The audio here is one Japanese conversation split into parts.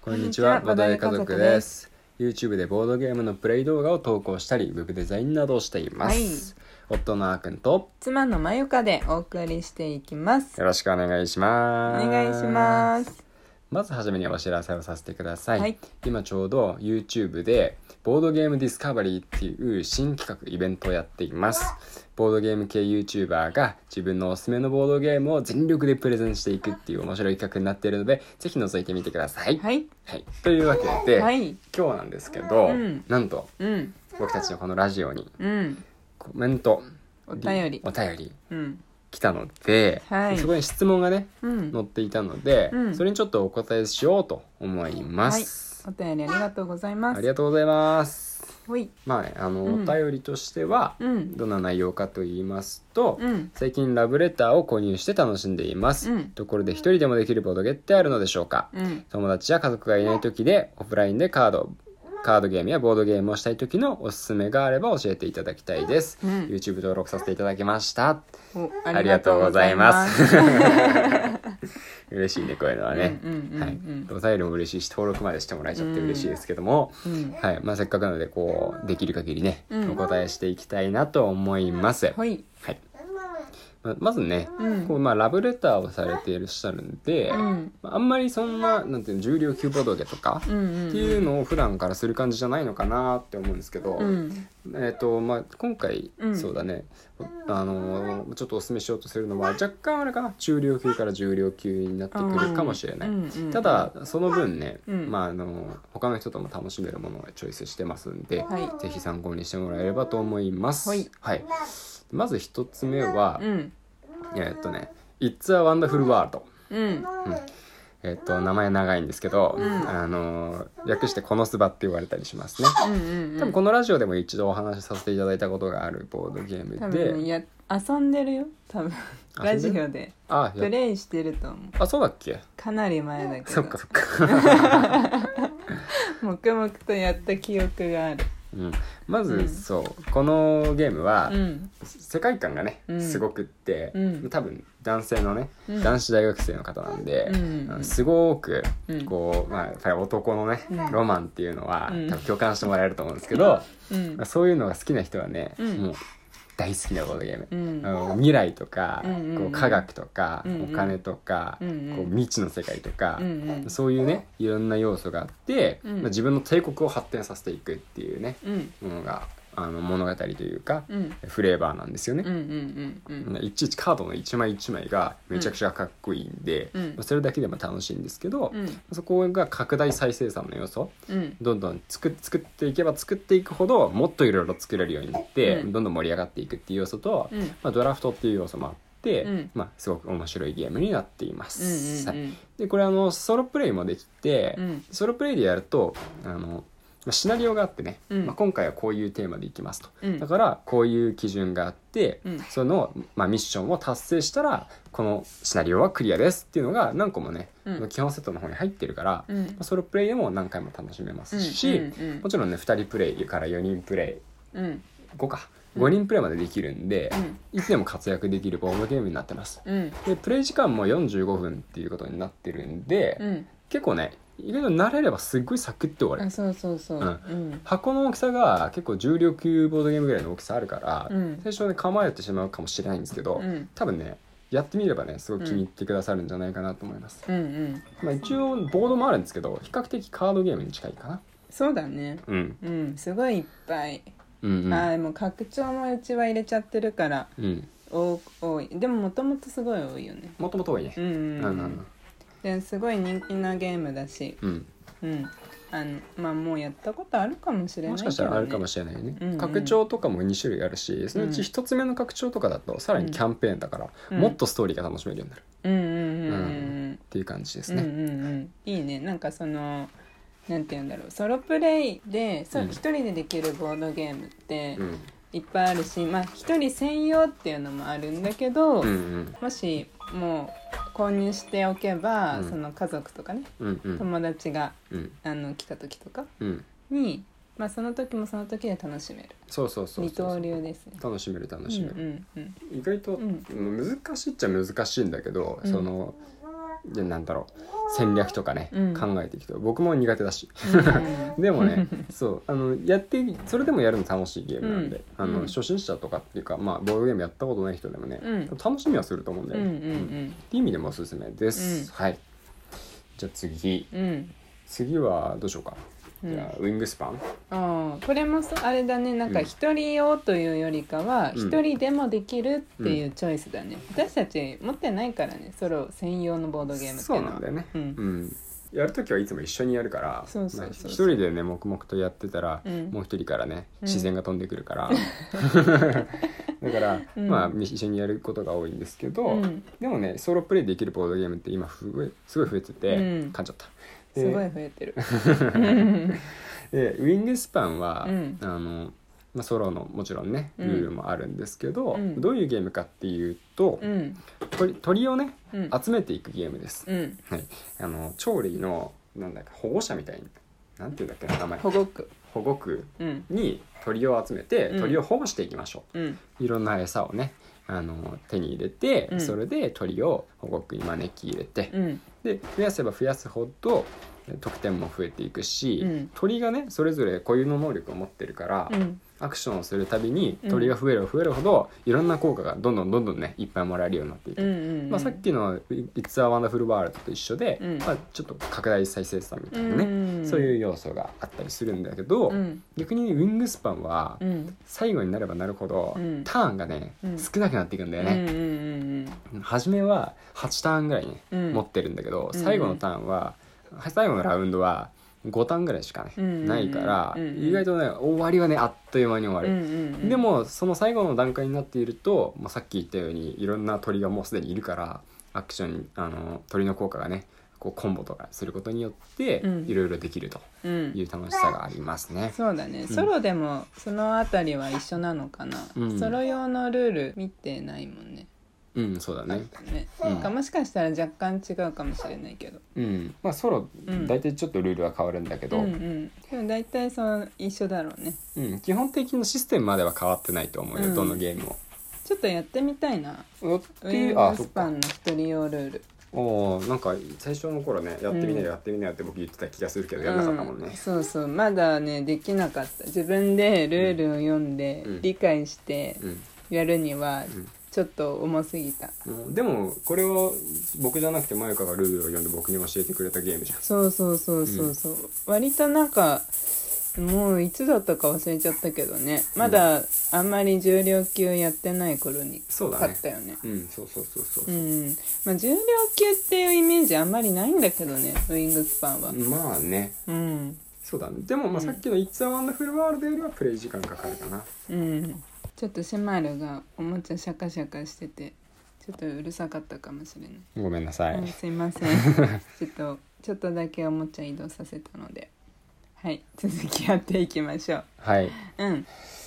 こんにちは、ボドゲ家族です。YouTube でボードゲームのプレイ動画を投稿したり、ウェブデザインなどをしています。夫のあーくんと、妻のまゆかでお送りしていきます。よろしくお願いしおます。願いします。まずはじめにお知らせをさせてください、はい今ちょうど YouTube でボードゲームディスカバリーっていう新企画イベントをやっていますボードゲーム系 YouTuber が自分のおすすめのボードゲームを全力でプレゼンしていくっていう面白い企画になっているのでぜひ覗いてみてください、はいい。というわけで、はい。今日なんですけど、うんなんとうん。僕たちのこのラジオにうん。コメントお便りお便りうん。来たので、はいそこに質問がねうん。載っていたので、うんそれにちょっとお答えしようと思います、お便りありがとうございます。ありがとうございますほい。まあねあの、うんお便りとしてはうん。どんな内容かと言いますと、うん。最近ラブレターを購入して楽しんでいます、うんところで一人でもできるボドゲってあるのでしょうか、うん。友達や家族がいない時でオフラインでカードカードゲームやボードゲームをしたい時のおすすめがあれば教えていただきたいです、うん YouTube 登録させていただきましたおありがとうございま。ありす嬉しいねこういうのはね、うんうんうんうんはい、お便りも嬉しいし登録までしてもらえちゃって嬉しいですけども、がとうございますはいまあ、せっかくなのでこうできる限りね、うんお答えしていきたいなと思います、うん。ほい。はいままずね、うんこうまあ、ラブレターをされていらっしゃるんで、うん。まああんまりそんななんていうの重量級ボドゲとか、うんうん。っていうのを普段からする感じじゃないのかなって思うんですけど、うん。えっとまあ、今回、うんそうだねあのーちょっとお勧めしようとするのは若干あれかな中量級から重量級になってくるかもしれない、うんうんただその分ね、うんまあ、あのー他の人とも楽しめるものをチョイスしてますんで、はいぜひ参考にしてもらえればと思います、はいまず一つ目は、うん。えっとね「It's a Wonderful World うん。」えっと名前長いんですけど、んあのー略して「このすば」って言われたりしますねうんうんうん。多分このラジオでも一度お話しさせていただいたことがあるボードゲー多ムで、分いや遊んでるよ多分遊ラんでジるオであプやレイしてると思うあそうだっけかなり前だけそどっかそっ か、黙々とやった記憶があるうん、まず、うんそうこのゲームは、うん世界観がね、うんすごくって、うん多分男性のね、うん男子大学生の方なんで、うんあのすごくうんこう、まあ、やっぱり男のね、うんロマンっていうのは、うん多分共感してもらえると思うんですけど、うんまあそういうのが好きな人はね、うんもう大好きなボードゲーム。うんあの未来とか、うんうんうんこう科学とか、うんうんお金とか、うんうんこう未知の世界とか、うんうんそういうねいろんな要素があって、うんまあ、自分の帝国を発展させていくっていうねうんものがあの物語というか、うんフレーバーなんですようんうね。んうんいちいちカードの一枚一枚がめちゃくちゃかっこいいんで、うんまあそれだけでも楽しいんですけど、うんそこが拡大再生産の要素うんどんどん作作っていけば作っていくほどもっといろいろ作れるようになって、うんどんどん盛り上がっていくっていう要素と、うんまあ、ドラフトっていう要素もあって、うんまあ、すごく面白いゲームになっていまうんす。うはいんでこれあのソロプレイもできて、うんソロプレイでやるとあのまあシナリオがあってね、うんまあ、今回はこういうテーマでいきますと、うんだからこういう基準があって、うんその、まあ、ミッションを達成したらこのシナリオはクリアですっていうのが何個もね、うん基本セットの方に入ってるから、うんまあソロプレイでも何回も楽しめますし、うんうんうんもちろんね2人プレイから4人プレうんイ5かうん5人プレイまでできるんで、いつでも活躍できるボードゲームになってますうんでプレイ時間も45分っていうことになってるんで、うん結構ね意外と慣れればすっごいサクッと終わる、あそうそうそううん箱の大きさが結構重量級ボードゲームぐらいの大きさあるから、うん最初ね構えてしまうかもしれないんですけど、うん多分ねやってみればねすごい気に入ってくださるんじゃないかなと思います、うんうんまあ、一応ボードもあるんですけど比較的カードゲームに近いかなそうだねうんうんすごいいっぱいうんうんあーもう拡張もうちは入れちゃってるからうん多多いでももともとすごい多いよねもともと多いねうんううんんううんんですごい人気なゲームだし、うんうんあのまあ、もうやったことあるかもしれないもけど、ね、しかしたらあるかもしれないようんうねん拡張とかも2種類あるしそのうち1つ目の拡張とかだとさらにキャンペーンだかうらんもっとストーリーが楽しめるようになるっうんうんうんうんていう感じですうんうんうねんうんいいねなんかそのなんて言うんだろうソロプレイでそううん一人でできるボードゲームってうんいっぱいあるし、まあ一人専用っていうのもあるんだけど、うんうんもしもう購入しておけば、うんその家族とかねうんうん友達がうんあの来た時とかうんに、まあ、その時もその時で楽しめるそうそうそう二そう刀流ですね楽しめる楽うしんめうるんうん意外とうん難しいっちゃ難しいんだけどうんそのでなんだろう戦略とかね、うん考えていくと僕も苦手だしうんでも ねそうあのやってそれでもやるの楽しいゲームなんで、うんあのうん初心者とかっていうか、まあ、ボードゲームやったことない人でもね、うん楽しみはすると思うんだうよんね、ううんんっていう意味でもおすすめです、うはいじゃあ次うんうん次はどうしようかうじんゃあウィングスパンああこれもそうあれだねなんかうん一人用というよりかはうん一人でもできるっていうチョイスだね、私たち持ってないからねソロ専用のボードゲームっていそううのなはんだよねううんんやるときはいつも一緒にやるからそうそうそうまあ一人でね黙々とやってたら、うんもう一人からねうん自然が飛んでくるから、だ から、うんまあ一緒にやることが多いんですけど、うんでもねソロプレイできるボードゲームって今ふすごい増えてて、うん噛んじゃったすごいで増え てるうんでウィングスパンは、うんあのまあ、ソロのもちろんねうんルールもあるんですけど、うんどういうゲームかっていうと、うん鳥鳥をねうん集めていくゲームです、うんはい、あの鳥類のなんだか保護者みたいになんていうんだっけな名前保護区保護区うんに鳥を集めてうん鳥を保護していきましょうんう、いろんな餌をねあの手に入れて、うんそれで鳥を保護区に招き入れて、うんで増やせば増やすほどえ得点も増えていくし、うん鳥がねそれぞれ固有の能力を持ってるから、うんアクションをするたびにうん鳥が増えれば増えるほどいろんな効果がどんどんどんどんねいっぱいもらえるようになっていく。うんうんまあ、さっきの「It's a Wonderful World」と一緒で、うんまあ、ちょっと拡大再生産みたいなね、ねそういうう要素があったりするんだけど、うん逆にウィングスパンはうん最後になればなるほど、うんターンがね、うん少なくなっていくんだうよんね。うんうん初めは8ターンぐらいね、うん持ってるんだけどうん最後のターンは、最後のラウンドは5ターンぐらいしかね、うんないから、うん意外とね終わりはねあっという間にうんう終わる、んうんでもその最後の段階になっていると、まあ、さっき言ったようにいろんな鳥がもうすでにいるからアクションあの鳥の効果がねこうコンボとかすることによって、うんいろいろできるとうんいう楽しさがありますね。そうだね、ソロでもそのあたりは一緒なのかな、うんソロ用のルール見てないもんねうん、そうだね。ね、うんなんかもしかしたら若干違うかもしれないけどうん、まあソロうん大体ちょっとルールは変わるんだけど、うんうんでも大体その一緒だろうねうん、基本的なシステムまでは変わってないと思うよ、うんどのゲームも。ちょっとやってみたいなやってウィングスパンの一人用ルールおーなんか最初の頃ねやってみなようんやってみなよって僕言ってた気がするけどやんなかったもんうんね、そうそうまだねできなかった自分でルールを読んで、うん理解してうんやるにはんちょっと重すぎた、うんでもこれは僕じゃなくてまゆかがルールを読んで僕に教えてくれたゲームじゃんそうそうそうそうそう、割となんかもういつだったか忘れちゃったけどねまだあんまり重量級やってない頃にそうだ買ねったよねうんそうそうそうそうう、んまあ重量級っていうイメージあんまりないんだけどねウィングスパンはまあねうんそうだねでもまあうんさっきの「It's a Wonderful World」よりはプレイ時間かかるかなうんちょっとシマルがおもちゃシャカシャカしててちょっとうるさかったかもしれない、ごめんなさうんすいませ んちょっとちょっとだけおもちゃ移動させたのではい続きやっていきましょうはいうん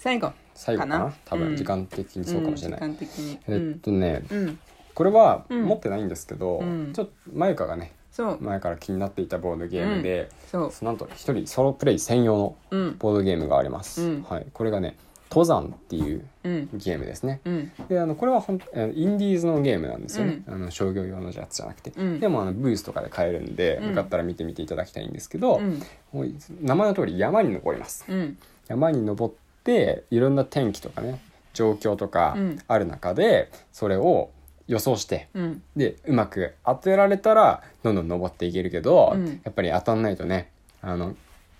最後最後かなかな多う分ん時間的にそうかもしれない、うん、時間的に、えっとね、うん、うん、これはうん持ってないんですけど、うんちょっとまゆかがねそう前から気になっていたボードゲームで、そなんと一人ソロプレイ専用のううんボードゲームがあります、うんはい、これがね「登山」っていううんゲームですねうんであのこれはほんえーインディーズのゲームなんですよね、うあの商業用のやつじゃなくて、うんでもあのブースとかで買えるんで、うんよかったら見てみていただきたいんですけど、うんもう名前の通り山に登りますうん山に登っていろんな天気とかね状況とかうんある中で、それを予想してうんでうまく当てられたらどんどん登っていけるけど、うんやっぱり当たんないとねあの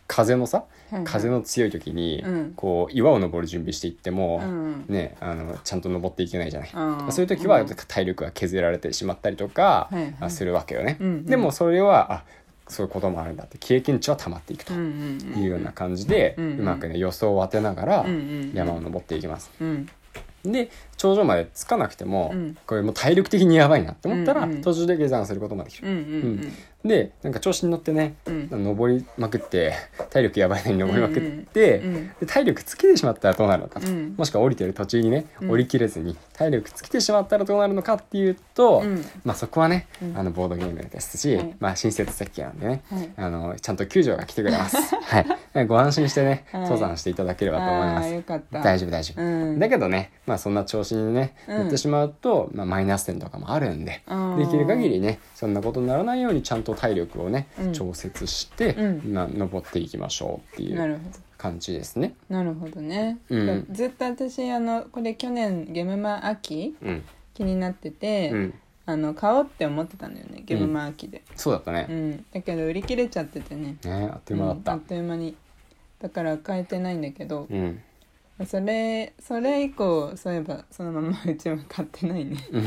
風のさはいはい風の強い時に、うんこう岩を登る準備していっても、うんね、あのちゃんと登っていけないじゃない、うんそういう時は体力が削られてしまったりとか、はいはいあするわけよね、うんうんでもそれはあそういうこともあるんだって経験値は溜まっていくとうんうんうんいうような感じで、ううんうんまくね予想を当てながらうんうん山を登っていきます。うんで頂上までつかなくても、うんこれもう体力的にやばいなって思ったら、うんうん途中で下山することまできうる、んうんでなんか調子に乗ってね、うん登りまくって体力やばいのに登りまくって、うんうんで体力尽きてしまったらどうなるのかと、うんもしくは降りてる途中にねうん降りきれずに体力尽きてしまったらどうなるのかっていうと、うんまあ、そこはね、うんあのボードゲームですし、はいまあ、親切設計なんでね、はいあのちゃんと救助が来てくれます、 はい、ご安心してねはい登山していただければと思いあまあす。よかった大丈夫大丈夫、うんだけどね、まあ、そんな調子にねうん乗ってしまうと、まあ、マイナス点とかもあるんで、うんできる限りねそんなことにならないようにちゃんと体力をね、うん調節して、うんな登っていきましょうっていなうるほど感じですね。なるほどね、うんずっと私あのこれ去年ゲムマ秋うん、気になってて、うん、あの買おうって思ってたんだよねゲムマ秋で、そうだったうね。んだけど売り切れちゃっててねねあっという間だった。うんあっという間にだから買えてないんだけど、うん、それそれ以降そういえばそのままうちは買ってないねな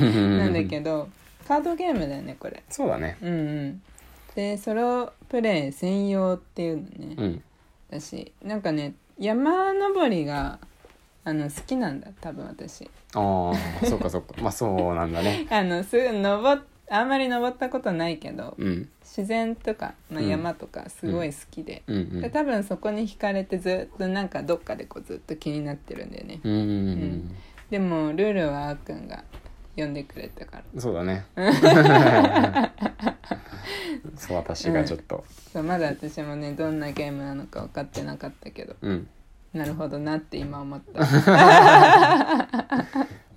なんだけどカードゲームだよねこれ そうだね。うんうんでソロプレイ専用っていうのね、うん、私なんかね山登りがあの好きなんだ多分私ああ、そっかそっ か。まあそうなんだね。あのすぐ登っあんまり登ったことないけどうん、自然とか、まあ、うん山とかすごい好きで、うん、うん。で多分そこに惹かれてずっとなんかどっかでこうずっと気になってるんだよねうんうん、でもルールはあーくんが呼んでくれたからうん、そうだ ね。 そう私がちょっと、そうまだ私もねどんなゲームなのか分かってなかったけどうん、なるほどなって今思った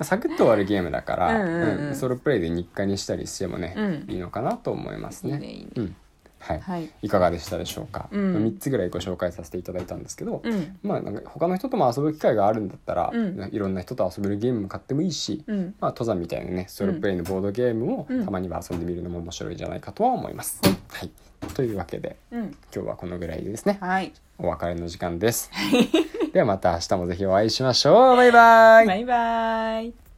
サクッと終わるゲームだから、うんうんうんソロプレイで日課にしたりしてもね、うんいいのかなと思いますいいね。ねいいねうん、はい。はいいかがでしたでしょうか。うん3つぐらいご紹介させていただいたんですけど、うんまあなんか他の人とも遊ぶ機会があるんだったら、うんいろんな人と遊べるゲームも買ってもいいし、うんまあ、登山みたいなねソロプレイのボードゲームもうんたまには遊んでみるのも面白いんじゃないかとは思います。はい、というわけでうん今日はこのぐらいでですねはいお別れの時間です。ではまた明日もぜひお会いしましょうバイバイバイバイ